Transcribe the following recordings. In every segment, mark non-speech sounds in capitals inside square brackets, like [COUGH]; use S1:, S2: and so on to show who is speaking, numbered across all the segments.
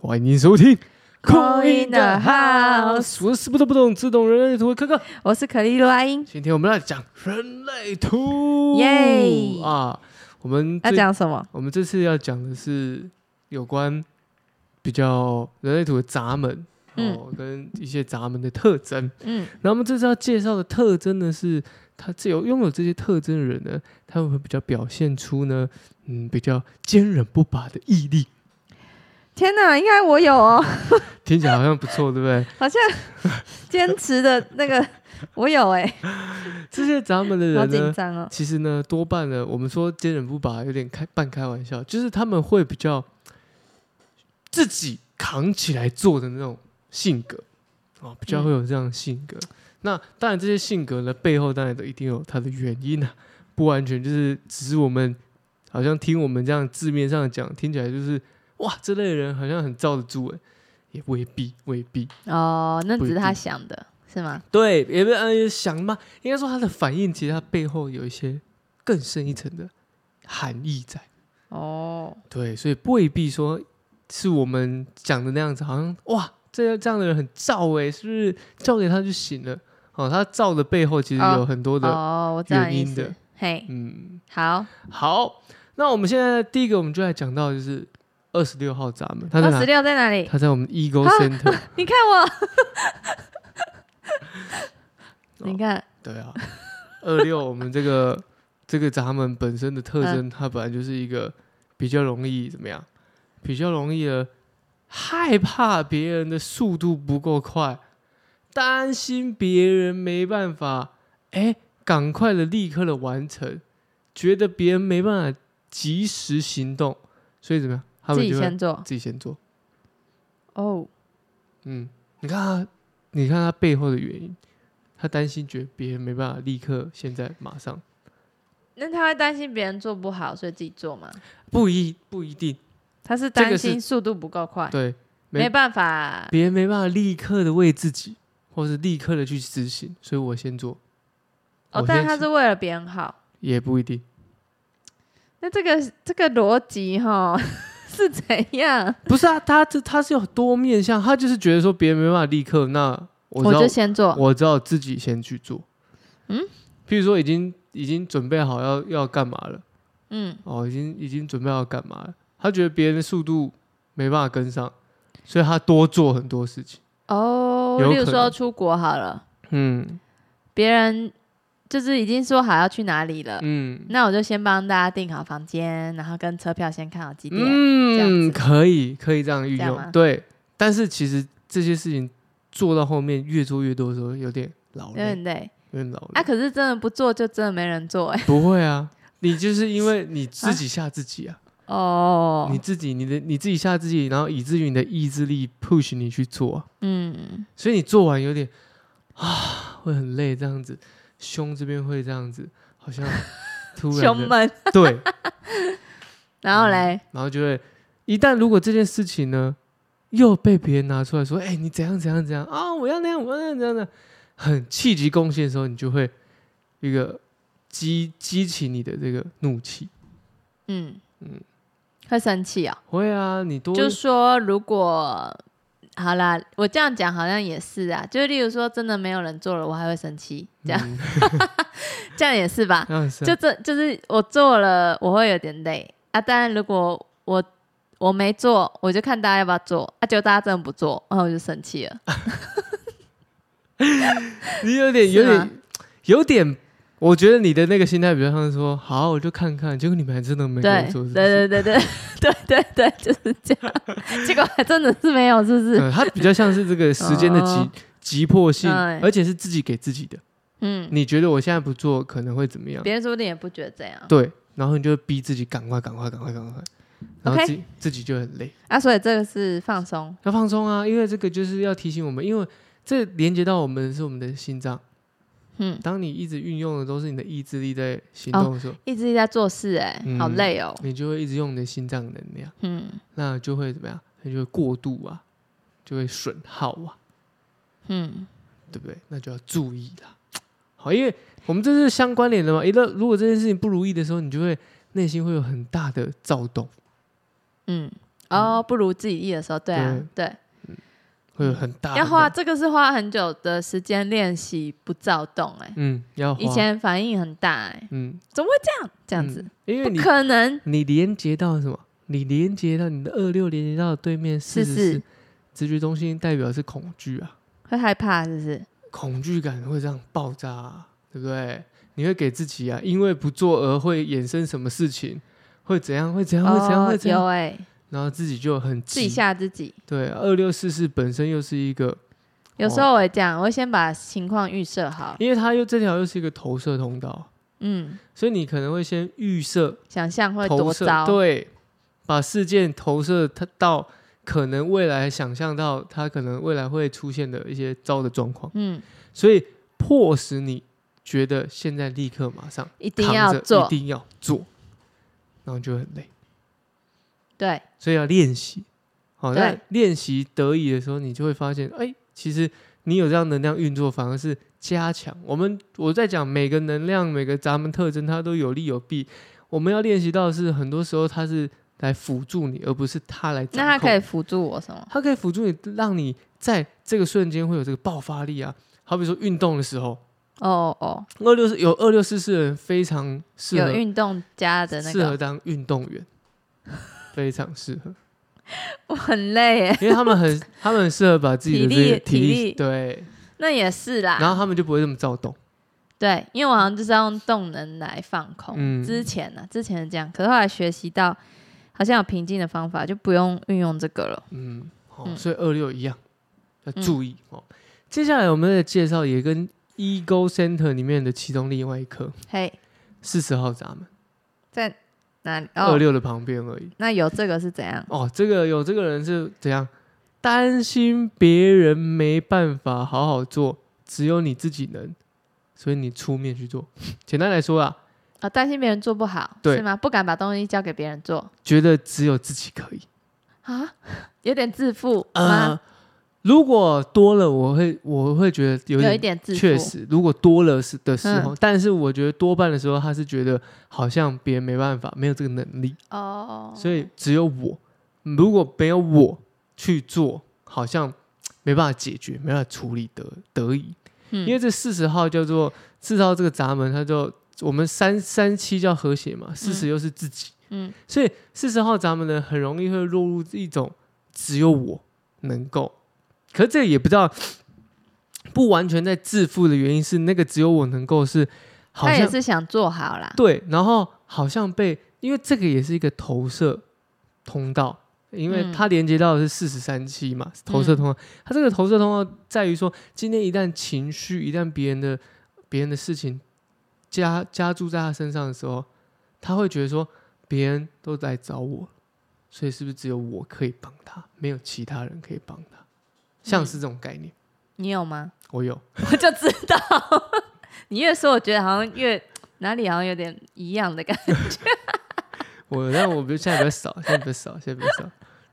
S1: 欢迎收听《
S2: Call in the House》，
S1: 我是不懂不懂只懂人类图的科科。
S2: 我是可丽露阿英，
S1: 今天我们来讲人类图，
S2: 耶
S1: 啊！我们
S2: 要
S1: 这
S2: 讲什么？
S1: 我们这次要讲的是有关比较人类图的闸门。
S2: 嗯
S1: 哦，跟一些闸门的特征。
S2: 嗯，
S1: 然后我们这次要介绍的特征呢，是它只有拥有这些特征的人呢，他们会比较表现出呢，嗯，比较坚韧不拔的毅力。
S2: 天哪，应该我有哦， [LAUGHS]
S1: 听起来好像不错，对不对？
S2: 好像坚持的那个我有哎、
S1: 这些咱们的
S2: 好
S1: 人
S2: 紧
S1: 呢，
S2: 张哦。
S1: 其实呢，多半呢，我们说坚韧不拔，有点开半开玩笑，就是他们会比较自己扛起来做的那种性格啊、比较会有这样的性格。那当然，这些性格呢，背后当然都一定有它的原因啊，不完全就是只是我们好像听我们这样字面上讲，听起来就是哇，这类人好像很罩得住哎，也未必未必。
S2: 哦，那
S1: 不
S2: 只
S1: 一
S2: 是他
S1: 定
S2: 想的，是吗？
S1: 对，也不呃想嘛，应该说他的反应，其实他背后有一些更深一层的含义在。
S2: 哦，
S1: 对，所以未必说是我们讲的那样子，好像哇，这这样的人很燥哎、是不是交给他就行了？哦，他燥的背后其实
S2: 哦
S1: 有很多的，
S2: 哦，我知道你意
S1: 原因的
S2: 思。嘿，
S1: 嗯，
S2: 好，
S1: 好，那我们现在第一个我们就来讲到就是二十六号闸门，他在
S2: 二十
S1: 哪？
S2: 六在
S1: [LAUGHS]
S2: 哪里？
S1: 他在我们 Ego
S2: 啊
S1: Center，、
S2: 你看
S1: [LAUGHS]
S2: 我，你看，
S1: 对啊，二六我们这个 [LAUGHS] 这个闸门本身的特
S2: 嗯
S1: 征，它本来就是一个比较容易怎么样，比较容易的害怕别人的速度不够快，担心别人没办法，哎，赶快的立刻的完成，觉得别人没办法及时行动，所以怎么样，他
S2: 自
S1: 们
S2: 己
S1: 就会
S2: 先做。
S1: 自己先做。
S2: 哦，
S1: 嗯，你看他，你看他背后的原因，他担心觉得别人没办法立刻现在马上。
S2: 那他会担心别人做不好，所以自己做吗？
S1: 不一不一定，
S2: 他是
S1: 这个
S2: 担
S1: 是
S2: 心速度不够快，
S1: 对，没
S2: 没办法。
S1: 别人没办法立刻的为自己，或是立刻的去执行，所以我先做。
S2: 哦
S1: 我，
S2: 但
S1: 先
S2: 他
S1: 起
S2: 是为了别人好。
S1: 也不一定，
S2: 那这个这个逻辑哈 [LAUGHS] 是怎样？
S1: 不是啊，他这他是有多面向，他就是觉得说别人没办法立刻，那我
S2: 我
S1: 知道
S2: 就先做。
S1: 我知道自己先去做。
S2: 嗯，
S1: 譬如说已经已经准备好要要干嘛了，
S2: 嗯，
S1: 哦，已经已经准备好要干嘛了，他觉得别人的速度没办法跟上，所以他多做很多事情。
S2: 哦，
S1: 有
S2: 例如
S1: 可
S2: 说
S1: 能
S2: 出国好了，
S1: 嗯
S2: 别人就是已经说好要去哪里了，
S1: 嗯
S2: 那我就先帮大家订好房间，然后跟车票先看好几点。这样
S1: 嗯，
S2: 子
S1: 可以，可以这样运
S2: 这样
S1: 用
S2: 吗。
S1: 对，但是其实这些事情做到后面越做越多的时候，有点劳累，
S2: 有点累
S1: 有点劳
S2: 嗯啊，
S1: 累。
S2: 可是真的不做就真的没人做哎、
S1: 不会啊，你就是因
S2: [LAUGHS]
S1: 为你自己吓自己啊，
S2: 哦，
S1: 你自己，你的你自己吓自己，然后以至于你的意志力 push 你去做啊、
S2: 嗯，
S1: 所以你做完有点啊，会很累，这样子，胸这边会这样子，好像突然
S2: 胸
S1: 的
S2: 闷，
S1: 对，
S2: 然后嘞，
S1: 然后就会一旦如果这件事情呢又被别人拿出来说，哎、你怎样怎样怎样啊，我要那样，我要那样怎样的，很气急攻心的时候，你就会一个激激起你的这个怒气。
S2: 嗯嗯，会生气哦。
S1: 会啊，你多
S2: 就说如果好啦，我这样讲好像也是啊，就是例如说真的没有人做了，我还会生气，这样、
S1: 嗯
S2: [LAUGHS] 这样也是吧？
S1: 那是啊
S2: 就这就是我做了，我会有点累啊。当然，如果我我没做，我就看大家要不要做啊。结果大家真的不做，然后我就生气了。
S1: 你有点
S2: 是啊
S1: 有点
S2: 吗
S1: 有点，我觉得你的那个心态比较像是说，好，我就看看，结果你们还真的没
S2: 对
S1: 工作，是不是
S2: 对对对对 [LAUGHS] 对对对，就是这样。结果还真的是没有，是不是？
S1: 嗯，它比较像是这个时间的急、
S2: 哦
S1: 急迫性，
S2: 哎
S1: 而且是自己给自己的。
S2: 嗯，
S1: 你觉得我现在不做可能会怎么样？
S2: 别人说不定也不觉得这样
S1: 对，然后你就会逼自己赶快、赶快、赶快、赶快，然后
S2: OK
S1: 自己自己就很累。
S2: 啊。所以这个是放松。
S1: 要放松啊，因为这个就是要提醒我们，因为这连接到我们的是我们的心脏。
S2: 嗯，
S1: 当你一直运用的都是你的意志力在行
S2: 哦
S1: 动的时候，
S2: 一直在做事、哎、
S1: 嗯
S2: 好累哦。
S1: 你就会一直用你的心脏能量，
S2: 嗯。
S1: 那就会怎么样？它就会过度啊，就会损耗啊，
S2: 嗯，
S1: 对不对？那就要注意啦。好，因为我们这是相关联的嘛。一旦如果这件事情不如意的时候，你就会内心会有很大的躁动。
S2: 嗯，哦不如自己意的时候，对啊，对，
S1: 会有很大
S2: 要
S1: 很
S2: 花
S1: 大，
S2: 这个是花很久的时间练习不躁动、哎，
S1: 嗯，要花
S2: 以前反应很大、哎，
S1: 嗯
S2: 怎么会这样这样子？
S1: 因为
S2: 不
S1: 你
S2: 可能，
S1: 你连接到什么？你连接到你的二六连接到对面四十
S2: 44
S1: 四，直觉中心代表的是恐惧啊，
S2: 会害怕是不是？
S1: 恐惧感会这样爆炸、啊，对不对？你会给自己啊，因为不做而会衍生什么事情，会怎样？会怎样？会怎样？
S2: 哦
S1: 会怎样？
S2: 有哎、
S1: 然后自己就很
S2: 自己
S1: 急
S2: 吓自己。
S1: 对，二六四四本身又是一个，哦
S2: 有时候我会这样，我会先把情况预设好，
S1: 因为它又这条又是一个投射通道，
S2: 嗯，
S1: 所以你可能会先预设
S2: 想象会
S1: 投
S2: 多
S1: 射，
S2: 糟，
S1: 对，把事件投射它到可能未来想象到它可能未来会出现的一些糟的状况，
S2: 嗯，
S1: 所以迫使你觉得现在立刻马上
S2: 一定
S1: 扛
S2: 要
S1: 着
S2: 做
S1: 一，定要做，然后就会很累，
S2: 对，
S1: 所以要练习。好，
S2: 对
S1: 那练习得意的时候，你就会发现，哎，其实你有这样能量运作，反而是加强。我们我在讲每个能量、每个闸门特征，它都有利有弊。我们要练习到的是，很多时候它是来辅助你，而不是它来
S2: 那
S1: 掌
S2: 它
S1: 控。
S2: 可以辅助我什么？
S1: 它可以辅助你，让你在这个瞬间会有这个爆发力啊。好比说运动的时候，
S2: 哦哦，
S1: 二六有二六四四的人非常适
S2: 有
S1: 合
S2: 运动家的那
S1: 适合
S2: 个，
S1: 当运动员，非常适合，
S2: [LAUGHS] 我很累耶，
S1: 因为他们很他们很适合把自己的
S2: 体
S1: 这些
S2: 力体力啊
S1: 对，
S2: 那也是啦。
S1: 然后他们就不会这么躁动。
S2: 对，因为我好像就是要用动能来放空。
S1: 嗯
S2: 之前呢、之前是这样，可是后来学习到好像有平静的方法，就不用运用这个了。
S1: 嗯，哦，
S2: 嗯
S1: 所以二六一样要注意、哦。接下来我们的介绍也跟 Ego Center 里面的其中另外一颗
S2: 嘿，
S1: 四十号闸门
S2: 在哪里？
S1: 二
S2: 哦，
S1: 六、26的旁边而已。
S2: 那有这个是怎样？
S1: 哦，这个有这个人是怎样？担心别人没办法好好做，只有你自己能，所以你出面去做。简单来说啊，
S2: 啊、担心别人做不好，
S1: 对
S2: 是吗？不敢把东西交给别人做
S1: 觉得只有自己可以。
S2: 啊， [LAUGHS] 有点自负
S1: 呃
S2: 吗？，
S1: 如果多了，我会我会觉得有
S2: 有
S1: 点
S2: 一点自负，嗯
S1: 确实，如果多了是的时候，但是我觉得多半的时候，他是觉得好像别人没办法，没有这个能力，
S2: 哦。
S1: 所以只有我。如果没有我去做，好像没办法解决，没办法处理得得以。
S2: 嗯
S1: 因为这四十号叫做四十号这个闸门，它就我们三三七叫和谐嘛，四十又是自己，
S2: 嗯，
S1: 所以四十号闸门呢，很容易会落入一种只有我能够，可是这个也不知道不完全在自负的原因是那个只有我能够是好
S2: 他也
S1: 像
S2: 是想做好啦。
S1: 对，然后好像被因为这个也是一个投射通道。因为
S2: 嗯
S1: 它连接到的是四十三期嘛，投射通道。它这个投射通道在于说，今天一旦情绪，一旦别人的别人的事情加加注在他身上的时候，他会觉得说，别人都来找我，所以是不是只有我可以帮他，没有其他人可以帮他？像是这种概念，
S2: 你有吗？ [LAUGHS]
S1: 我有。
S2: 我就知道， [LAUGHS] 你越说，我觉得好像越哪里好像有点一样的感觉。
S1: 我，但我比如现在比较少，现在比较少，现在比较少。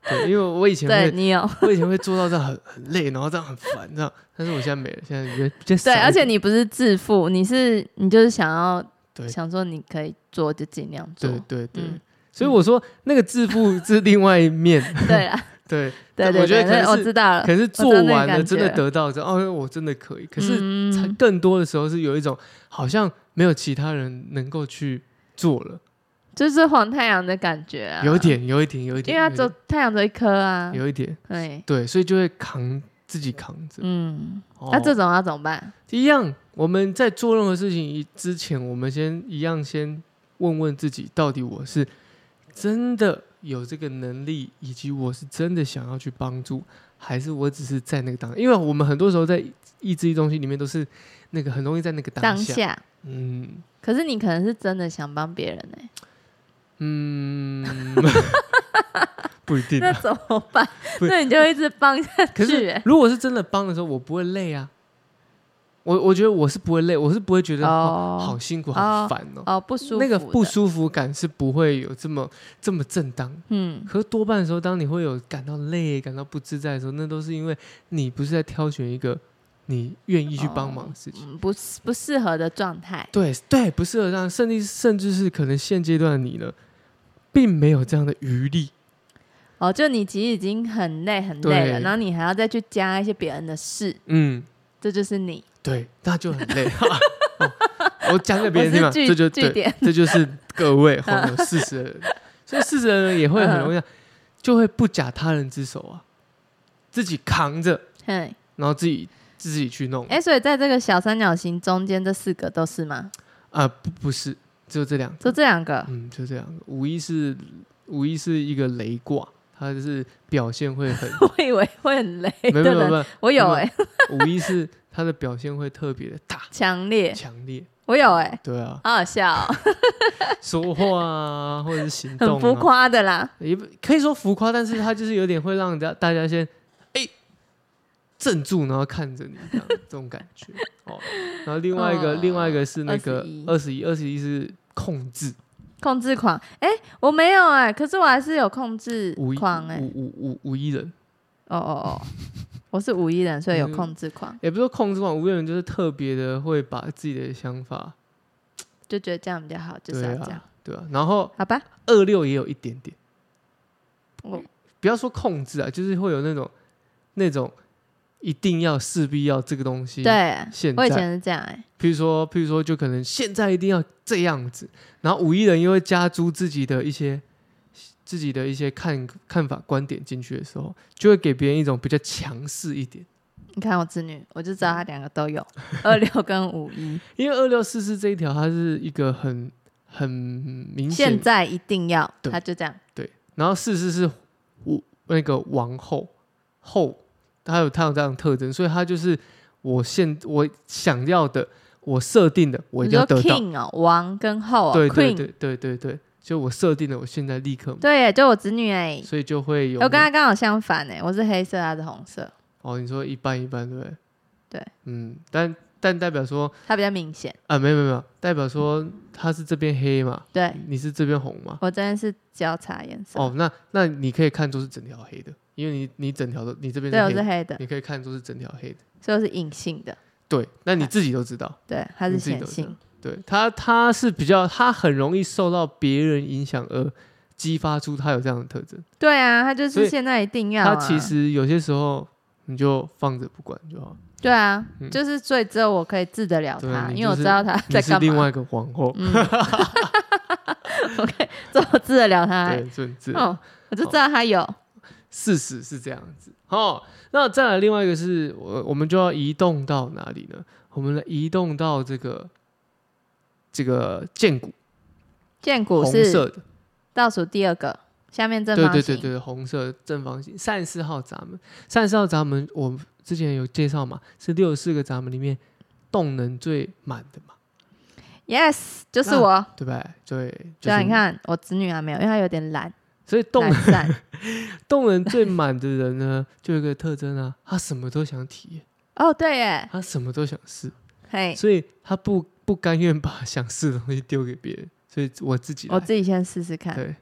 S1: 对，因为我以前
S2: 对
S1: 会
S2: 你有，
S1: [LAUGHS] 我以前会做到这样很很累，然后这样很烦这样，但是我现在没了，现在比较比较少一
S2: 对，
S1: 点。
S2: 而且你不是自负，你是你就是想要
S1: 对
S2: 想说你可以做就尽量做
S1: 对，对对，
S2: 嗯
S1: 所以我说那个自负是另外一面，
S2: [LAUGHS] 对啦，
S1: [LAUGHS] 对，
S2: 对
S1: 我
S2: 对
S1: 觉得
S2: 对，
S1: 可能
S2: 那我
S1: 是
S2: 知道了。
S1: 可是做
S2: 那个
S1: 完了
S2: 感
S1: 真的
S2: 觉
S1: 得到这哦，我真的可以，可是才
S2: 嗯，
S1: 更多的时候是有一种好像没有其他人能够去做了，
S2: 就是黄太阳的感觉啊，
S1: 有一，点有一点有一
S2: 因
S1: 点，
S2: 为它
S1: 有一
S2: 只有
S1: 点
S2: 太阳只有一颗啊，
S1: 有一点
S2: 对，
S1: 对，所以就会扛自己扛着。
S2: 嗯，
S1: 哦
S2: 那这种要怎么办？
S1: 一样，我们在做任何事情之前，我们先一样先问问自己，到底我是真的有这个能力，以及我是真的想要去帮助，还是我只是在那个当因为我们很多时候在意志力中心里面都是那个很容易在那个
S2: 当
S1: 下，
S2: 下，
S1: 嗯
S2: 可是你可能是真的想帮别人哎，
S1: 嗯，不一定、
S2: 那 [LAUGHS]
S1: 啊。
S2: 怎么办？
S1: [LAUGHS] 不是
S2: 那你就一直帮下
S1: [LAUGHS] 可
S2: 去
S1: 是
S2: 欸，
S1: 如果是真的帮的时候，我不会累啊。我我觉得我是不会累，我是不会觉得好
S2: 哦
S1: 好辛苦、
S2: 哦
S1: 好烦哦。
S2: 哦，不舒服，
S1: 那个不，舒服感是不会有这么这么正当。
S2: 嗯，
S1: 可是多半的时候，当你会有感到累、感到不自在的时候，那都是因为你不是在挑选一个你愿意去帮忙的事情。
S2: 嗯不适不适合的状态，
S1: 对对，不适合让，甚至甚至是可能现阶段的你呢，并没有这样的余力
S2: 哦，就你其实已经很累很累了，
S1: 对
S2: 然后你还要再去加一些别人的事，
S1: 嗯，
S2: 这就是你。
S1: 对，那就很
S2: [LAUGHS]
S1: 累。哈哦我讲给别人听嘛，
S2: 我是据
S1: 这就
S2: 据
S1: 对
S2: 点，
S1: 这就是各
S2: [LAUGHS]
S1: 位后
S2: 嗯
S1: 有四十人，所以四十人也会很容易，就会不假他人之手啊，自己扛着，
S2: 嘿，
S1: 然后自己自己去弄。
S2: 哎，所以在这个小三角形中间这四个都是吗？
S1: 啊，不不是，只有这两
S2: 就
S1: 个，
S2: 这两个，，
S1: 嗯，就这两个。五一是五一是一个雷卦，它就是表现会很
S2: [LAUGHS] [LAUGHS] 我以为会很累
S1: 没
S2: 的
S1: 有没有没
S2: 人，
S1: 有，
S2: 我有哎、
S1: 五一是它的表现会特别的
S2: [LAUGHS]
S1: 大
S2: 强烈，
S1: 强烈，
S2: 我有哎、
S1: 对啊，
S2: 好好笑、哦，
S1: 说话啊或者是行动、啊，
S2: 很浮夸的啦。
S1: 也不可以说浮夸，但是它就是有点会让人家大家先哎、镇住，然后看着你这样这种感
S2: [LAUGHS]
S1: 觉哦。然后另外一个、
S2: 哦
S1: 另外一个是那个
S2: 21
S1: 二十一，二十一是控制
S2: 控制狂，哎、我没有哎、可是我还是有控制
S1: 五一
S2: 狂哎、
S1: 五五五五一人，
S2: 哦哦哦，我是五一人，所以
S1: 嗯
S2: 有控制狂，
S1: 也不是说控制狂，无一人就是特别的会把自己的想法，
S2: 就觉得这样比较好，就是
S1: 对
S2: 要这样，
S1: 啊，对啊。然后
S2: 好吧？
S1: 二六也有一点点，
S2: 我
S1: 不要说控制啊，就是会有那种那种一定要势必要这个东西，，
S2: 对，
S1: 现
S2: 我以
S1: 在
S2: 前是这样哎、
S1: 譬如说，譬如说，就可能现在一定要这样子，然后五一人又会加诸自己的一些自己的一些看看法、观点进去的时候，就会给别人一种比较强势一点。
S2: 你看我侄女，我就知
S1: 嗯
S2: 道她两个都有，二六
S1: [LAUGHS]
S2: 跟五一，
S1: 因为二六四四这一条，它是一个很很明
S2: 现
S1: 显
S2: 在一定要，
S1: 对
S2: 她就这样，
S1: 对，然后四四是我那个王后后，它有它有这样的特征，所以它就是我现我想要的，我设定的，我一
S2: 你
S1: 定要
S2: 说
S1: 得到。
S2: king 哦，王跟后哦
S1: 对
S2: q u e e
S1: 对
S2: n
S1: 对对对对，就我设定的，我现在立刻
S2: 对耶，就我侄女哎、
S1: 所以就会有
S2: 我跟她刚好相反哎、我是黑色，她是红色，
S1: 哦，你说一般一般，对不对？
S2: 对，
S1: 嗯，但但代表说
S2: 她比较明显。
S1: 啊，没有没有没有，代表说他是这边黑嘛，
S2: 对
S1: 你是这边红嘛，
S2: 我真的是啊交叉颜色，
S1: 嗯哦，那那你可以看作是整条黑的，因为你你整条都你这边
S2: 对，我
S1: 是
S2: 是
S1: 黑的，
S2: 黑的，
S1: 你可以看作是整条黑的，
S2: 所以我是隐性的，
S1: 对，那你
S2: 看
S1: 自己都知道，
S2: 对，它
S1: 你
S2: 是
S1: 自己
S2: 显
S1: 都知道
S2: 性，，
S1: 对他他是比较他很容易受到别人影响而激发出他有这样的特征，
S2: 对啊，它就
S1: 所以
S2: 是现在一定要、
S1: 他
S2: 啊，
S1: 其实有些时候你就放着不管就好，
S2: 对啊，
S1: 嗯
S2: 就是所以只有我可以治得了
S1: 对
S2: 它，
S1: 你
S2: 因为我
S1: 就是
S2: 知道它
S1: 你
S2: 在
S1: 是
S2: 干
S1: 另外
S2: 嘛，
S1: 一个皇后， [LAUGHS]
S2: 嗯， [LAUGHS] 我可以，这我治得了它，
S1: 对，准字。
S2: 哦，我就知道它有，
S1: 事实是这样子哦。那再来另外一个是我我们就要移动到哪里呢？我们来移动到这个这个剑骨，
S2: 剑骨
S1: 红
S2: 是
S1: 色的，
S2: 倒数第二个，下面正
S1: 对
S2: 方
S1: 对
S2: 形，
S1: 对对，红色正方形，三十四号闸门，三十四号闸门我们之前有介绍嘛，是六十四个闸门里面动能最满的嘛，
S2: y e s 就是
S1: 那
S2: 我，
S1: 对不对？对，就
S2: 对啊，
S1: 是
S2: 你，看我侄女还没有，因为她有点懒，
S1: 所以动
S2: 懒散，
S1: [LAUGHS] 动能最满的人呢，就有一个特征啊，他什么都想体验，
S2: 哦，对耶，
S1: 他什么都想试。
S2: 嘿，
S1: 所以他不不甘愿把想试的东西丢给别人，所以我自己来
S2: 我自己先试试看，
S1: 对，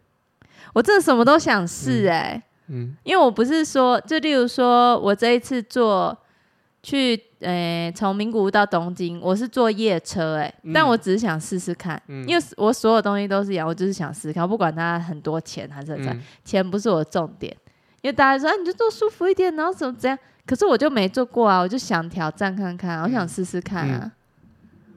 S2: 我真的什么都想试哎、
S1: 嗯
S2: 因为我不是说，就例如说我这一次坐去，呃，从名古屋到东京，我是坐夜车、欸，
S1: 嗯
S2: 但我只是想试试看，
S1: 嗯，
S2: 因为我所有东西都是一样，我就是想试试看，不管它很多钱还是怎么样，
S1: 嗯
S2: 钱不是我的重点，因为大家说、啊、你就坐舒服一点，然后怎么怎样，可是我就没坐过啊，我就想挑战看看啊，我
S1: 嗯
S2: 想试试看啊。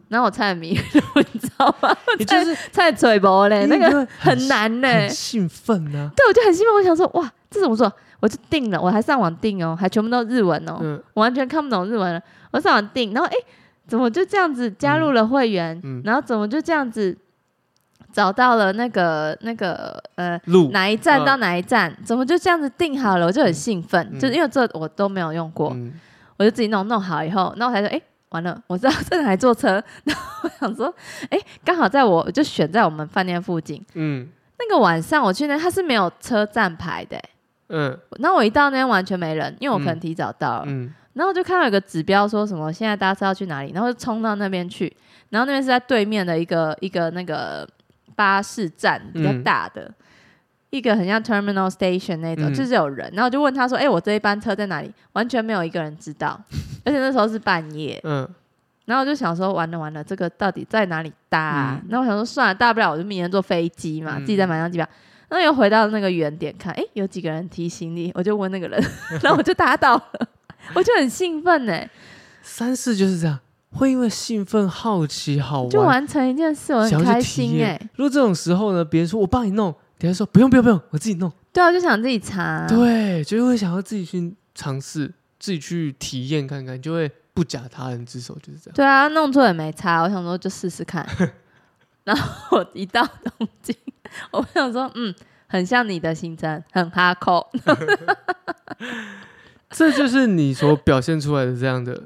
S2: 然后我差点迷路， [LAUGHS] 你知道吗？
S1: 你就是
S2: 差点嘴薄嘞，那个
S1: 个
S2: 很难嘞、
S1: 很兴奋呐，
S2: 对，我就很兴奋，我想说，哇，这怎么做？我就订了，我还上网订哦，还全部都日文哦，
S1: 嗯
S2: 我完全看不懂日文了。我上网订，然后哎，怎么就这样子加入了会员？
S1: 嗯
S2: 然后怎么就这样子找到了那个那个呃
S1: 路
S2: 哪一站
S1: 嗯
S2: 到哪一站？怎么就这样子订好了？我就很兴奋，
S1: 嗯
S2: 就是因为这我都没有用过，
S1: 嗯
S2: 我就自己弄弄好以后，那我才说，哎、完了，我知道在哪里坐车。 [LAUGHS] 然后我想说，哎、刚好在我我就选在我们饭店附近。
S1: 嗯
S2: 那个晚上我去那，它是没有车站牌的、欸。
S1: 嗯
S2: 然后我一到那边完全没人，因为我可能
S1: 嗯
S2: 提早到了。
S1: 嗯
S2: 然后就看到有个指标说什么现在大家车要去哪里，然后就冲到那边去。然后那边是在对面的一个一个那个巴士站比较嗯大的。一个很像 terminal station 那种，
S1: 嗯
S2: 就是有人，然后我就问他说：“哎、我这一班车在哪里？”完全没有一个人知道，而且那时候是半夜，
S1: 嗯
S2: 然后我就想说，完了完了，这个到底在哪里搭、啊？
S1: 嗯
S2: 那、我想说，算了，大不了我就明天坐飞机嘛，
S1: 嗯
S2: 自己再买张机票。然后又回到那个原点看，哎，有几个人提行李，我就问那个人， [LAUGHS] 然后我就搭到了，我就很兴
S1: [LAUGHS]
S2: 奋呢、
S1: 三四就是这样，会因为兴奋、好奇、好玩，
S2: 就完成一件事，我
S1: 想
S2: 很
S1: 要
S2: 开
S1: 去体
S2: 心哎、
S1: 验。如果这种时候呢，别人说我帮你弄，底下说不用不用不用，我自己弄，
S2: 对啊，我就想自己查，
S1: 对，就会想要自己去尝试，自己去体验看看，就会不假他人之手，就是这样。
S2: 对啊，弄错也没差，我想说就试试看。 [LAUGHS] 然后我一到东京，我想说，嗯，很像你的行程，很哈扣。
S1: [LAUGHS] 这就是你所表现出来的这样的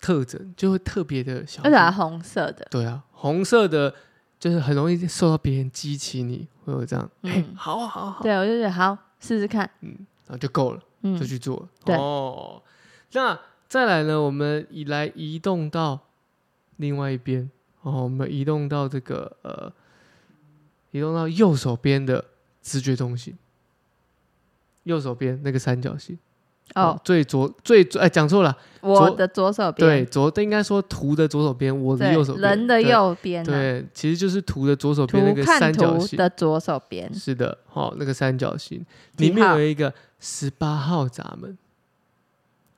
S1: 特征，就会特别的小
S2: 而。且还红色的，啊
S1: 对啊，红色的，就是很容易受到别人激起你，会有这样，
S2: 嗯
S1: 哎、好啊好啊好啊，
S2: 对我就觉得好试试看，
S1: 然后就够了，
S2: 嗯
S1: 就，去做了。
S2: 对
S1: 哦，那再来呢，我们移来移动到另外一边，哦，我们移动到这个呃，移动到右手边的直觉中心，右手边那个三角形，
S2: 哦，，
S1: 最左最左，哎，讲错了。
S2: 我的左手
S1: 对，
S2: 边，
S1: 左应该说图的左手边，我的
S2: 对
S1: 右手边，
S2: 人的
S1: 对
S2: 右边啊，
S1: 对，其实就是图的左手边那
S2: 图
S1: 个
S2: 看
S1: 三角
S2: 图
S1: 形。
S2: 的左手边，
S1: 是的，好、那个三角形
S2: 几
S1: 里面
S2: 号
S1: 有一个十八号闸门，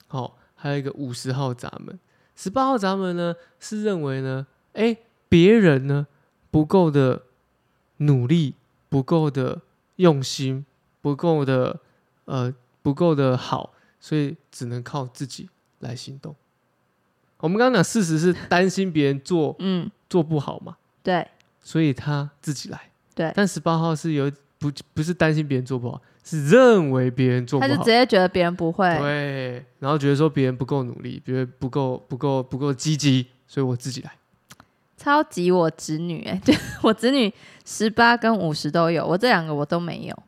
S1: 好、还有一个五十号闸门。十八号闸门呢，是认为呢，哎，别人呢不够的努力，不够的用心，不够的呃，不够的好，所以只能靠自己来行动。我们刚刚讲事实是担心别人做
S2: 嗯，
S1: 做不好嘛，
S2: 对
S1: 所以他自己来。
S2: 对，
S1: 但十八号是有不不是担心别人做不好，是认为别人做不
S2: 他就
S1: 好
S2: 直，接觉得别人不会，
S1: 对，然后觉得说别人不够努力，觉得不够不够不够积极，所以我自己来。
S2: 超级我侄女 [LAUGHS] 哎，对我侄女十八跟五十都有，我这两个我都没有，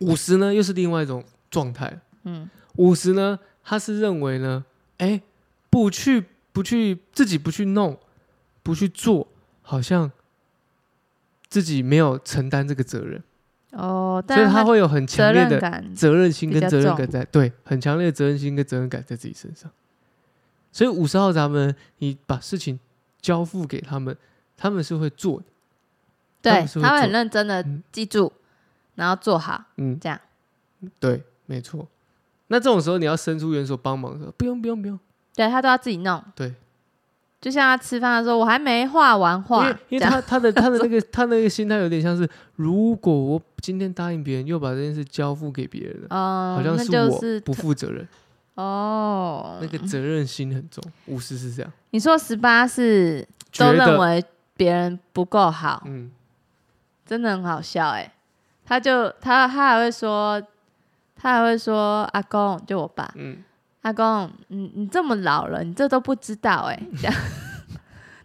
S1: 五十呢又是另外一种状态，
S2: 嗯，
S1: 五十呢他是认为呢，哎，不去不去自己不去弄，不去做，好像自己没有承担这个责任，
S2: 哦，
S1: 所以
S2: 但是
S1: 他会有很
S2: 责
S1: 强烈
S2: 任
S1: 的
S2: 感，
S1: 责任心
S2: 比
S1: 跟
S2: 较
S1: 责任
S2: 重
S1: 感在，对，很强烈的责任心跟责任感在自己身上。所以五十号咱们，你把事情交付给他们，他们是会做的。他
S2: 对
S1: 们是，会
S2: 他会很
S1: 做
S2: 认真的
S1: 嗯
S2: 记住，然后做好，
S1: 嗯，
S2: 这样
S1: 对，没错。那这种时候你要伸出援手帮忙的时候，不用不用不用，
S2: 对他都要自己弄，
S1: 对，
S2: 就像他吃饭的时候，我还没画完
S1: 因
S2: 画
S1: 为，因为
S2: 这样
S1: 他他的他的
S2: [LAUGHS]
S1: 那个他那个心态有点像是，如果我今天答应别人，又把这件事交付给别人了，
S2: 嗯
S1: 好，像
S2: 那就
S1: 我
S2: 是
S1: 不负责任，
S2: 哦
S1: 那，个责任心很重。五十是这样，
S2: 你说十八是
S1: 觉
S2: 都认
S1: 得
S2: 为别人不够好，
S1: 嗯，
S2: 真的很好笑哎、他就他他还会说，他还会说阿公就我爸，
S1: 嗯
S2: 阿公你你这么老了，你这都不知道哎、这样 [LAUGHS]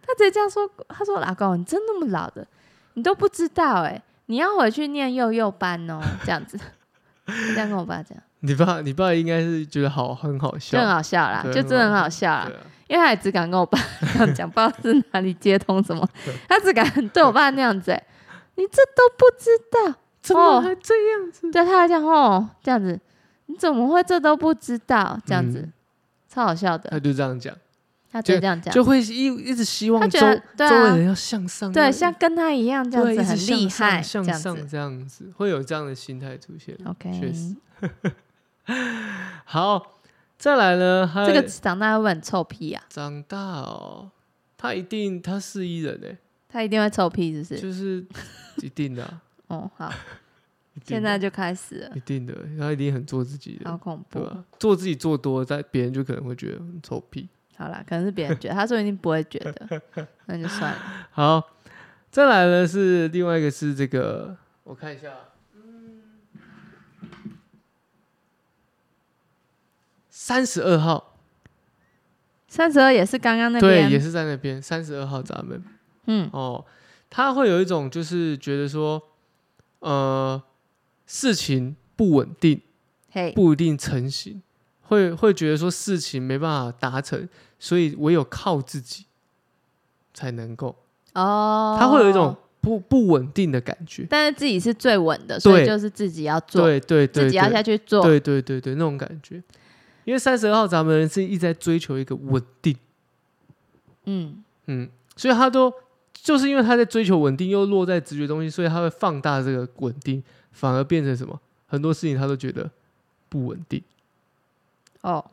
S2: 他直接这样说，他说阿公你真那么老的，你都不知道哎、你要回去念幼幼班哦，这样子， [LAUGHS] 他这样跟我爸讲。
S1: 你爸你爸应该是觉得好很好笑
S2: 就，很好笑啦，
S1: 对
S2: 就真的很好笑啦
S1: 对，啊。
S2: 因为他也只敢跟我爸 [LAUGHS] 这样讲，不知道是哪里接通什么，他只敢对我爸那样
S1: [LAUGHS]
S2: 子、欸，你这都不知
S1: 怎
S2: 哦
S1: 么还这样子？
S2: 对，他还讲哦这样子，你怎么会这都不知道这样子，
S1: 嗯
S2: 超好笑的，
S1: 他就这样讲，
S2: 他直接这样讲，
S1: 就会一一直希
S2: 啊他
S1: 望周
S2: 觉得对
S1: 周围
S2: 啊
S1: 人要向上，
S2: 对，
S1: 要
S2: 像跟他一样这样
S1: 对
S2: 子
S1: 一直
S2: 很
S1: 向
S2: 厉
S1: 上
S2: 害，这
S1: 向
S2: 样
S1: 上
S2: 子
S1: 这样子，会有这样的心态出现。确实
S2: ，OK，
S1: 好，再来呢，还有
S2: 这个长大会不会很臭屁啊，
S1: 长大哦，他一定他是一人哎，
S2: 他一定会臭屁，是不
S1: [LAUGHS]
S2: 是？
S1: 就是一定的
S2: [LAUGHS]
S1: 啊，
S2: 哦，好，
S1: 一定
S2: 现
S1: 的
S2: 在就开始了，
S1: 一定的，他一定很做自己
S2: 好
S1: 的，
S2: 恐
S1: 对啊
S2: 怖，
S1: 吧？做自己做多，但别人就可能会觉得很臭屁。
S2: 好啦，可能是别人觉得，他说一定不会觉得，
S1: [LAUGHS]
S2: 那就算了。
S1: 好，再来呢是另外一个是这个，我看一下啊，三十二号，
S2: 三十二也是刚刚那
S1: 对，
S2: 边，
S1: 也是在那边三十二号闸门
S2: 嗯，
S1: 哦，他会有一种就是觉得说，呃，事情不稳定，
S2: 嘿，
S1: 不一定成型，会会觉得说事情没办法达成，所以唯有靠自己才能够，
S2: 哦，
S1: 他会有一种，不不稳定的感觉。
S2: 但是自己是最稳的，所以
S1: 对
S2: 就是自己要做，
S1: 对对对，
S2: 自己要
S1: 对
S2: 下去做，
S1: 对对对对，那种感觉。因为三十二号咱们是一直在追求一个稳定，
S2: 嗯，
S1: 嗯，所以他都就是因为他在追求稳定，又落在直觉中心，所以他会放大这个稳定，反而变成什么？很多事情他都觉得不稳定，
S2: 哦，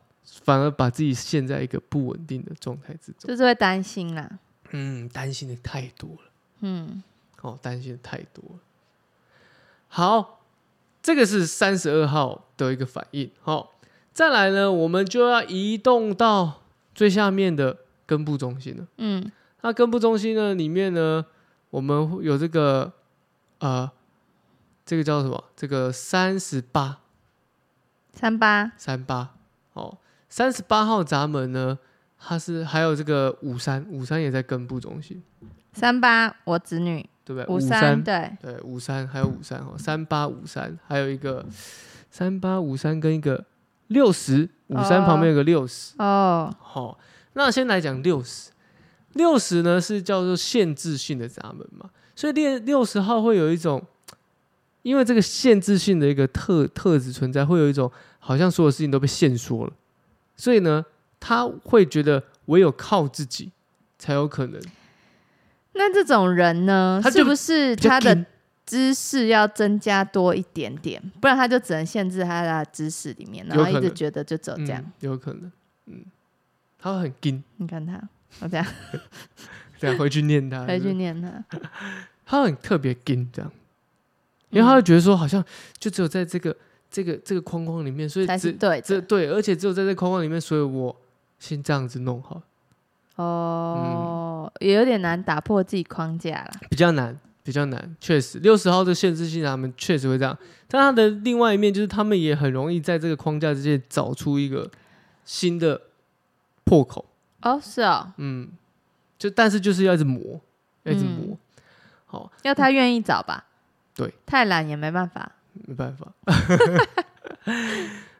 S1: 反而把自己陷在一个不稳定的状态之中。
S2: 就是会担心啦。
S1: 嗯，担心的太多了，
S2: 嗯，
S1: 哦，担心的太多了。好，这个是三十二号的一个反应。好、再来呢，我们就要移动到最下面的根部中心了。
S2: 嗯，
S1: 那根部中心呢，里面呢，我们会有这个呃，这个叫什么？这个三十八
S2: 三八，
S1: 三八哦，三十八号闸门呢，它是还有这个五三五三也在根部中心，
S2: 三八，我子女
S1: 对不对？
S2: 五
S1: 呃五
S2: 三，对，
S1: 对五三还有五三哦，三八五三，还有一个三八五三跟一个六十五三
S2: 哦
S1: 旁边有个六十、
S2: 哦，
S1: 好、那先来讲六十，六十呢是叫做限制性的闸门嘛，所以列六十号会有一种，因为这个限制性的一个特特质存在，会有一种好像所有事情都被限缩了，所以呢，他会觉得唯有靠自己才有可能，
S2: 那这种人呢，
S1: 他就是
S2: 不是
S1: 比较
S2: 他的
S1: 紧
S2: 知识要增加多一点点，不然他就只能限制他的知识里面，然
S1: 有
S2: 后
S1: 可
S2: 一直
S1: 能
S2: 觉得就只有这样。
S1: 嗯、有可能，嗯，他会很硬，
S2: 你看他，我这
S1: [LAUGHS]
S2: 样
S1: 这样回啊去念他，
S2: 回
S1: 是不
S2: 嗯去
S1: 是
S2: 念他，
S1: 他很特别硬这样。因为他会觉得说，好像就只有在这个这个这个框框里面，所以
S2: 才是
S1: 只
S2: 对
S1: 这
S2: 的。
S1: 对，而且只有在这框框里面，所以我先这样子弄好，嗯
S2: 哦，也有点难打破自己框架啦。
S1: 比较难，比较难，确实，六十号的限制性啊他们确实会这样，但它的另外一面就是他们也很容易在这个框架之间找出一个新的破口，
S2: 哦，是哦，
S1: 嗯，就但是就是要一直磨，要
S2: 嗯
S1: 一直磨，好，
S2: 要他愿意找
S1: 嗯
S2: 吧。
S1: 对，
S2: 太懒也没办法。
S1: 没办法。 [LAUGHS]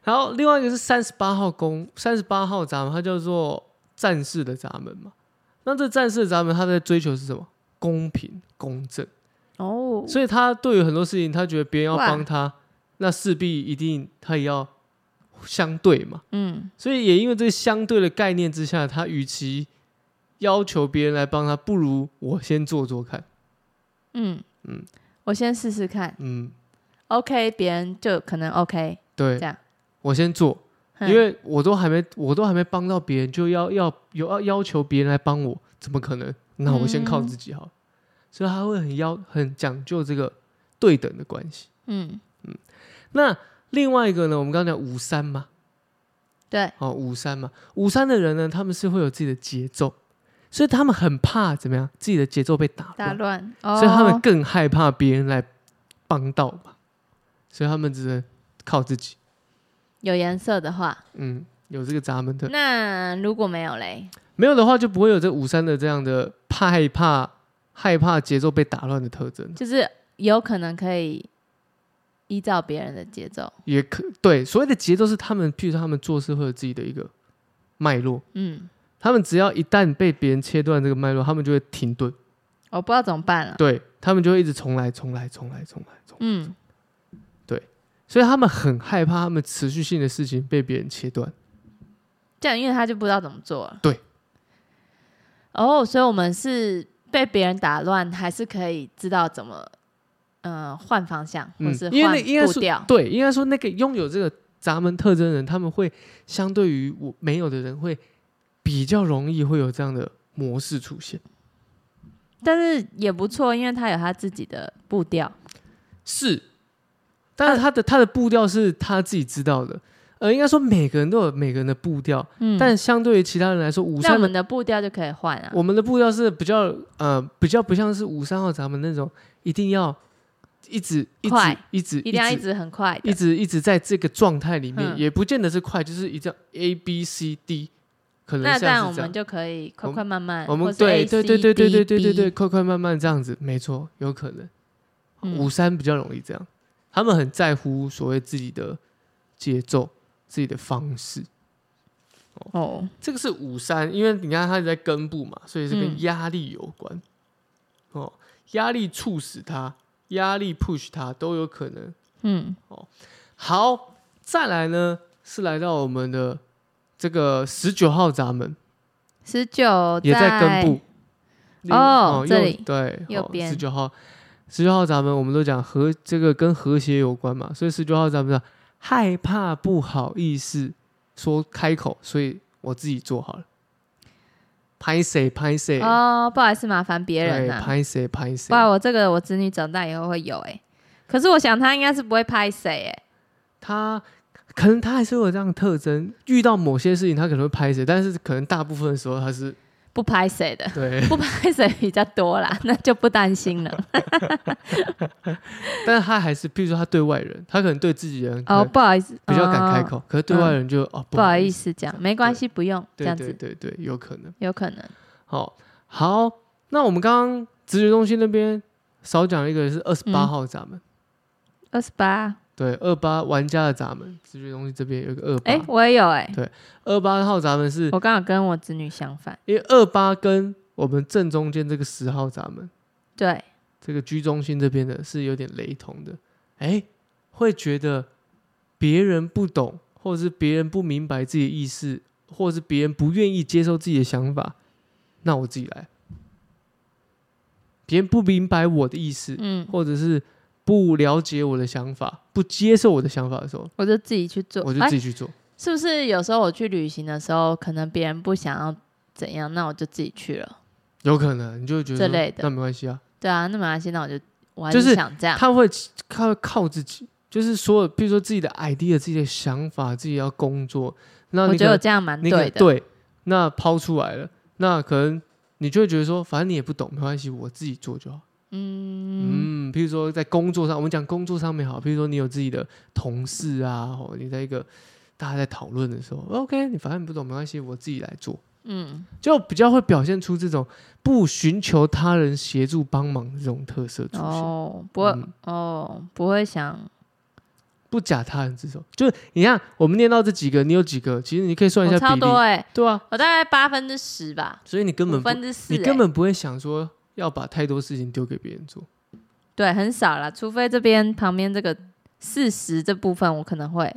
S1: 然后另外一个是三十八号宫，三十八号闸门，它叫做战士的闸门嘛。那这战士的闸门，他在追求是什么？公平公正。
S2: 哦，
S1: 所以他对于很多事情，他觉得别人要
S2: 哇
S1: 帮他，那势必一定他也要相对嘛。
S2: 嗯，
S1: 所以也因为这个相对的概念之下，他与其要求别人来帮他，不如我先做做看。
S2: 嗯
S1: 嗯
S2: 嗯，我先试试看
S1: 嗯，
S2: ，OK，别人就可能 OK，
S1: 对
S2: 这样，
S1: 我先做，
S2: 哼
S1: 因为我都还没，我都还没帮到别人，就要要有要要求别人来帮我，怎么可能？那我先
S2: 嗯
S1: 靠自己好了。所以他会很要很讲究这个对等的关系。
S2: 嗯，
S1: 那另外一个呢，我们刚刚讲五三嘛，
S2: 对，
S1: 哦，五三嘛，五三的人呢，他们是会有自己的节奏，所以他们很怕怎么样，自己的节奏被打
S2: 打
S1: 乱，
S2: 乱，哦，
S1: 所以他们更害怕别人来帮到嘛，所以他们只能靠自己。
S2: 有颜色的话，
S1: 嗯，有这个闸门的，
S2: 那如果没有嘞，
S1: 没有的话就不会有这五三的这样的怕害怕害怕节奏被打乱的特征，
S2: 就是有可能可以依照别人的节奏，
S1: 也可对所谓的节奏是他们，譬如说他们做事会有自己的一个脉络，
S2: 嗯，
S1: 他们只要一旦被别人切断这个脉络，他们就会停顿。
S2: 我不知道怎么办了，
S1: 对他们就会一直重来、重来、重来、重来、重来，
S2: 嗯，
S1: 所以他们很害怕他们持续性的事情被别人切断。
S2: 这样因为他就不知道怎么做了，
S1: 对，
S2: 哦，所以我们是被别人打乱，还是可以知道怎么，嗯、换方向或
S1: 嗯
S2: 是
S1: 因为那
S2: 换
S1: 应该
S2: 步
S1: 是
S2: 调，
S1: 对，应该说那个拥有这个闸门特征的人，他们会相对于我没有的人，会比较容易会有这样的模式出现。
S2: 但是也不错，因为他有他自己的步调，
S1: 是，但是他的他的步调是他自己知道的。呃，应该说每个人都有每个人的步调，
S2: 嗯，
S1: 但相对于其他人来说，五
S2: 那我
S1: 三
S2: 们的步调就可以换啊，
S1: 我们的步调是比较呃比较不像是五三号咱们那种一定要一直一直
S2: 快
S1: 一直
S2: 一定要一
S1: 一直
S2: 直很快的
S1: 一直一直在这个状态里面，
S2: 嗯
S1: 也不见得是快，就是一定要 A B C D，可能像
S2: 那
S1: 是
S2: 这
S1: 这样
S2: 样我们就可以快快慢慢，
S1: 我
S2: 或
S1: 们
S2: 是
S1: 对
S2: A
S1: 对
S2: C
S1: 对对对
S2: D
S1: 对对对
S2: B
S1: 对，快快慢慢这样子，没错，有可能
S2: 嗯
S1: 五三比较容易这样，他们很在乎所谓自己的节奏、自己的方式。
S2: 哦，
S1: 这个是五三，因为你看它是在根部嘛，所以是跟
S2: 嗯
S1: 压力有关。哦，压力促使它，压力 push 它都有可能。
S2: 嗯，
S1: 好，再来呢是来到我们的这个十九号闸门，
S2: 十九
S1: 也在根部。
S2: 哦这
S1: 右
S2: 里
S1: 对，
S2: 右边
S1: 十九号。十九号闸门我们都讲和这个跟和谐有关嘛，所以十九号闸门讲害怕不好意思说开口，所以我自己做好了。拍谁拍谁，
S2: 哦，不好意思，麻烦别人啊
S1: 对，
S2: 呐、
S1: 拍谁拍谁
S2: 不，然我这个我子女长大以后会有哎、可是我想他应该是不会拍谁哎、
S1: 他可能他还是会有这样的特征，遇到某些事情他可能会拍谁，但是可能大部分的时候他是，
S2: 不拍谁的 [LAUGHS]
S1: 对，
S2: 不拍谁比较多啦，那就不担心了。
S1: 但是他还是，譬如说他对外人，他可能对自己人可
S2: 哦，
S1: 能
S2: 不好意思，
S1: 比较敢开
S2: 哦
S1: 口，可是对外人就、哦
S2: 不好意
S1: 思，
S2: 思讲，没关系，不用这
S1: 对
S2: 样
S1: 对
S2: 子，
S1: 对对，有可能。
S2: 有可能。
S1: 好、好，那我们刚刚直觉中心那边少讲了一个是二十八
S2: 嗯
S1: 号闸门，
S2: 二十八，
S1: 对，二八玩家的闸门，直觉中心这边有一个二
S2: 哎
S1: 八，，
S2: 我也有哎、
S1: 二八号闸门是
S2: 我刚好跟我子女相反，
S1: 因为二八跟我们正中间这个十号闸门，
S2: 对，
S1: 这个居中心这边的是有点雷同的，哎，会觉得别人不懂，或者是别人不明白自己的意思，或者是别人不愿意接受自己的想法，那我自己来。别人不明白我的意思，
S2: 嗯，
S1: 或者是不了解我的想法、不接受我的想法的时候，
S2: 我就自己去做，
S1: 我就
S2: 哎
S1: 自己去做。
S2: 是不是有时候我去旅行的时候，可能别人不想要怎样，那我就自己去了。
S1: 有可能你就会觉得
S2: 这
S1: 说
S2: 类的
S1: 那没关系啊。
S2: 对啊，那没关系，那我就我还
S1: 就是
S2: 是想这样。
S1: 他会他会靠自己，就是所有，比如说自己的 idea、自己的想法、自己要工作，那
S2: 我
S1: 你可
S2: 觉得我
S1: 能
S2: 这样蛮
S1: 你可
S2: 对
S1: 能
S2: 的。
S1: 对，那抛出来了，那可能你就会觉得说，反正你也不懂，没关系，我自己做就好。
S2: 嗯，
S1: 嗯，譬如说在工作上，我们讲工作上面好，譬如说你有自己的同事啊，或你在一个大家在讨论的时候，OK，你反正不懂没关系，我自己来做，
S2: 嗯，
S1: 就比较会表现出这种不寻求他人协助帮忙的这种特色出现，
S2: 哦，不会，
S1: 嗯
S2: 哦，不会想，
S1: 不假他人之手。就是你看，我们念到这几个，你有几个？其实你可以算一
S2: 我
S1: 下
S2: 超
S1: 比例，
S2: 多哎、
S1: 对啊，
S2: 我大概八分之十吧，
S1: 所以你根
S2: 五
S1: 本不
S2: 分之四、
S1: 你
S2: 欸，
S1: 根本不会想说要把太多事情丢给别人做。
S2: 对很少啦，除非这边旁边这个四十这部分我可能会，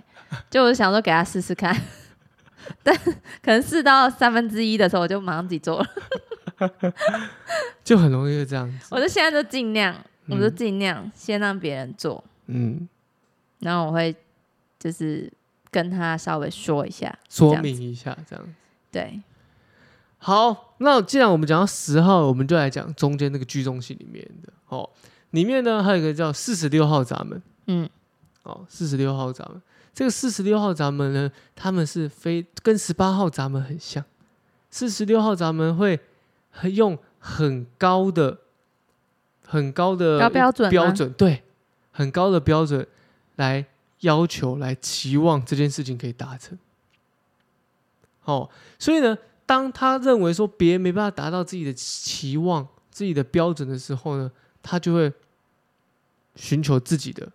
S2: 就我想说给他试试看， [LAUGHS] 但可能试到三分之一的时候，我就马上自己做了，
S1: 就很容易会这样子。
S2: 我就现在就尽量，我就
S1: 嗯
S2: 尽量先让别人做，
S1: 嗯，
S2: 然后我会就是跟他稍微说一下，
S1: 说明一下这样。
S2: 对，
S1: 好，那既然我们讲到十号，我们就来讲中间那个居中心里面的哦。里面呢还有一个叫四十六号闸门
S2: 嗯，
S1: 哦，四十六号闸门。这个四十六号闸门呢，他们是非跟十八号闸门很像。四十六号闸门会很用很高的、很高的
S2: 高标准吗
S1: 呃
S2: 啊
S1: 标准，对，很高的标准来要求、来期望这件事情可以达成。哦，所以呢，当他认为说别人没办法达到自己的期望、自己的标准的时候呢，他就会寻求自己的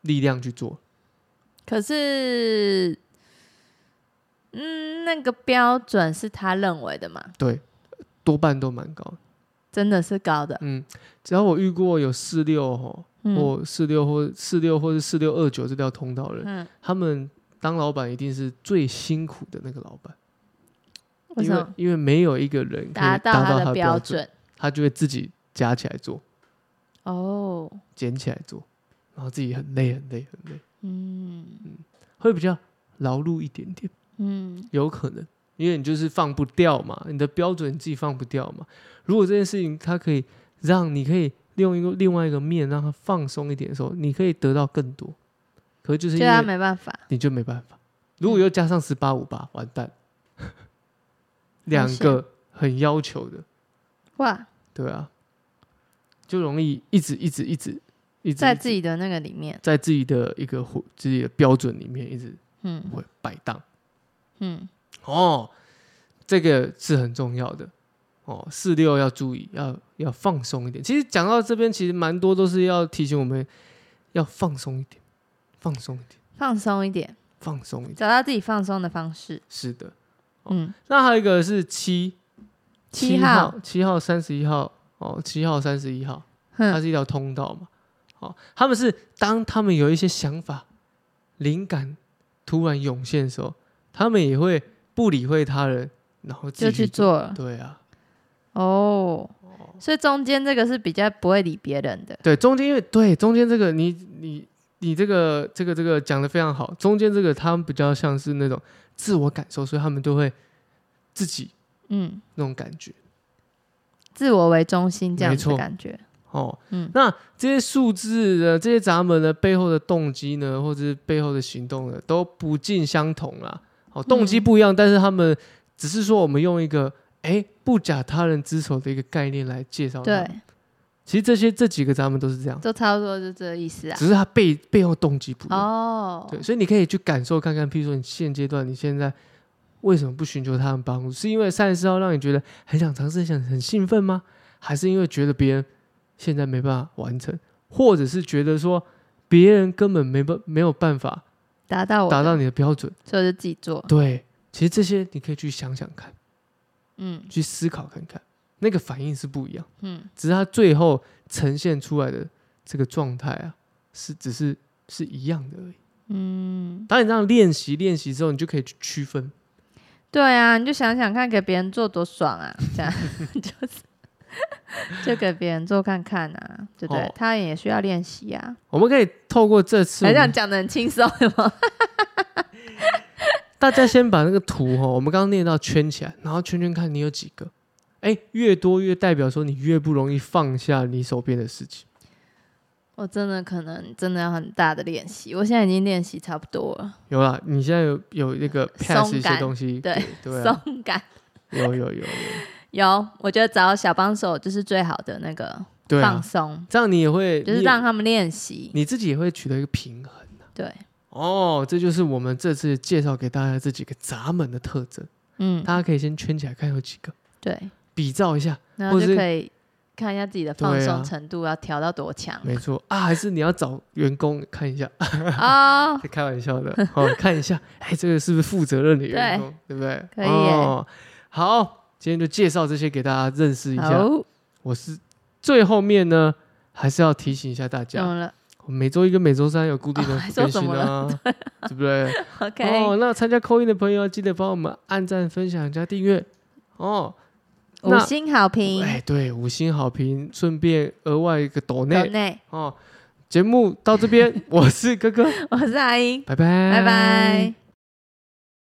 S1: 力量去做。
S2: 可是。嗯，那个标准是他认为的嘛？
S1: 多半都蛮高的，
S2: 真的是高的，
S1: 嗯，只要我遇过有四六吼，
S2: 嗯
S1: 或四六或四六或是四六二九这条通道的人，
S2: 嗯，
S1: 他们当老板一定是最辛苦的那个老板，
S2: 为
S1: 因
S2: 什
S1: 为
S2: 么
S1: 因为没有一个人可以
S2: 达
S1: 达
S2: 到他
S1: 到
S2: 的
S1: 的
S2: 标
S1: 标，
S2: 准？
S1: 他就会自己夹起来做，
S2: 哦，
S1: 捡起来做，然后自己很累很累很累，
S2: 嗯
S1: 会比较劳碌一点点。
S2: 嗯，
S1: 有可能，因为你就是放不掉嘛，你的标准你自己放不掉嘛。如果这件事情它可以让你可以利用一个另外一个面让它放松一点的时候，你可以得到更多。可是就是
S2: 对
S1: 因
S2: 他
S1: 为
S2: 没嗯办法，
S1: 你就没办法，如果又加上十八五八，完蛋，两个很要求的，
S2: 哇，
S1: 对啊，就容易一直一直一直一直
S2: 在
S1: 一直
S2: 自己的那个里面，
S1: 在自己的一个户自己的标准里面一直
S2: 嗯
S1: 会摆荡。
S2: 嗯，
S1: 哦，这个是很重要的哦。四六要注意，要要放松一点。其实讲到这边，其实蛮多都是要提醒我们要放松一点，放松一点，
S2: 放松一点，
S1: 放松一点。
S2: 找到自己放松的方式，
S1: 是的，
S2: 嗯，
S1: 那还有一个是七
S2: 七号
S1: 号，七号三十一号哦，七号三十一号，它
S2: 哼，
S1: 是一条通道嘛。哦，他们是当他们有一些想法、灵感突然涌现的时候，他们也会不理会他人，然后自
S2: 就
S1: 己
S2: 去
S1: 做。
S2: 做了，
S1: 对啊，
S2: 哦，所以中间这个是比较不会理别人的。
S1: 对，中间因为对中间这个你你你这个这个这个讲的非常好，中间这个他们比较像是那种自我感受，所以他们都会自己
S2: 嗯，
S1: 那种感觉
S2: 自我为中心这样
S1: 没
S2: 子
S1: 错
S2: 的感觉。
S1: 哦。
S2: 嗯
S1: 那这些数字的这些闸门呢，背后的动机呢，或者是背后的行动呢，都不尽相同啦。哦，动机
S2: 嗯
S1: 不一样，但是他们只是说我们用一个哎不假他人之手的一个概念来介绍。
S2: 对，，
S1: 其实这些这几个闸门都是这样，
S2: 就差不多就这个意思啊。
S1: 只是它背背后动机不一样。
S2: 哦，
S1: 对，所以你可以去感受看看，譬如说你现阶段你现在为什么不寻求他们帮助？是因为三十四号让你觉得很想尝试、很想很兴奋吗？还是因为觉得别人现在没办法完成，或者是觉得说别人根本没办没有办法
S2: 达到我的
S1: 达到你的标准？
S2: 所以我就自己做。
S1: 对，其实这些你可以去想想看，
S2: 嗯
S1: 去思考看看，那个反应是不一样，
S2: 嗯，
S1: 只是它最后呈现出来的这个状态啊，是只是是一样的而已。
S2: 嗯，
S1: 当你这样练习练习之后，你就可以去区分。
S2: 对啊，你就想想看，给别人做多爽啊，这样 [LAUGHS] 就是就给别人做看看啊，对不对？
S1: 哦
S2: 他也需要练习啊，哎
S1: 我们可以透过这次，
S2: 还这样讲的很轻松，有没有 [LAUGHS]
S1: 大家先把那个图哈、我们刚刚念到圈起来，然后圈圈看你有几个。哎，越多越代表说你越不容易放下你手边的事情。
S2: 我真的可能真的要很大的练习，我现在已经练习差不多了，
S1: 有啦，你现在有有那个 pass 一些
S2: 感
S1: 东西，
S2: 对
S1: 对啊，
S2: 松感
S1: 有有有有，
S2: 有，我觉得找小帮手就是最好的那个
S1: 对
S2: 放
S1: 啊，
S2: 松，
S1: 这样你也会
S2: 就是
S1: 你
S2: 让他们练习，
S1: 你自己也会取得一个平衡。
S2: 对，
S1: 哦，这就是我们这次介绍给大家这几个闸门的特征，
S2: 嗯，
S1: 大家可以先圈起来看有几个，
S2: 对，
S1: 比照一下。
S2: 然
S1: 或
S2: 后
S1: 者
S2: 就是可以看一下自己的放
S1: 对啊
S2: 松程度要调到多强
S1: 没错啊，还是你要找员工看一下，
S2: 啊、哦，
S1: [LAUGHS] 开玩笑的，哦，看一下，哎，这个是不是负责任的员工，对不对？
S2: 可以耶
S1: 哦。好，今天就介绍这些给大家认识一下。
S2: 好，
S1: 我是最后面呢，还是要提醒一下大
S2: 懂
S1: 家，
S2: 了
S1: 我每周一跟每周三有固定
S2: 嗯哦
S1: 的
S2: 还说
S1: 更
S2: 怎
S1: 新
S2: 么
S1: 啊， [LAUGHS] 对不对？
S2: ，OK，、
S1: 哦，那参加扣音的朋友，记得帮我们按赞、分享加订阅哦。
S2: 五星好评，
S1: 哎，对，五星好评，顺便额外一个抖
S2: 岛
S1: 内
S2: 内， [LAUGHS]
S1: 哦。节目到这边，我是哥哥，
S2: 我是阿英，
S1: 拜拜，
S2: 拜拜。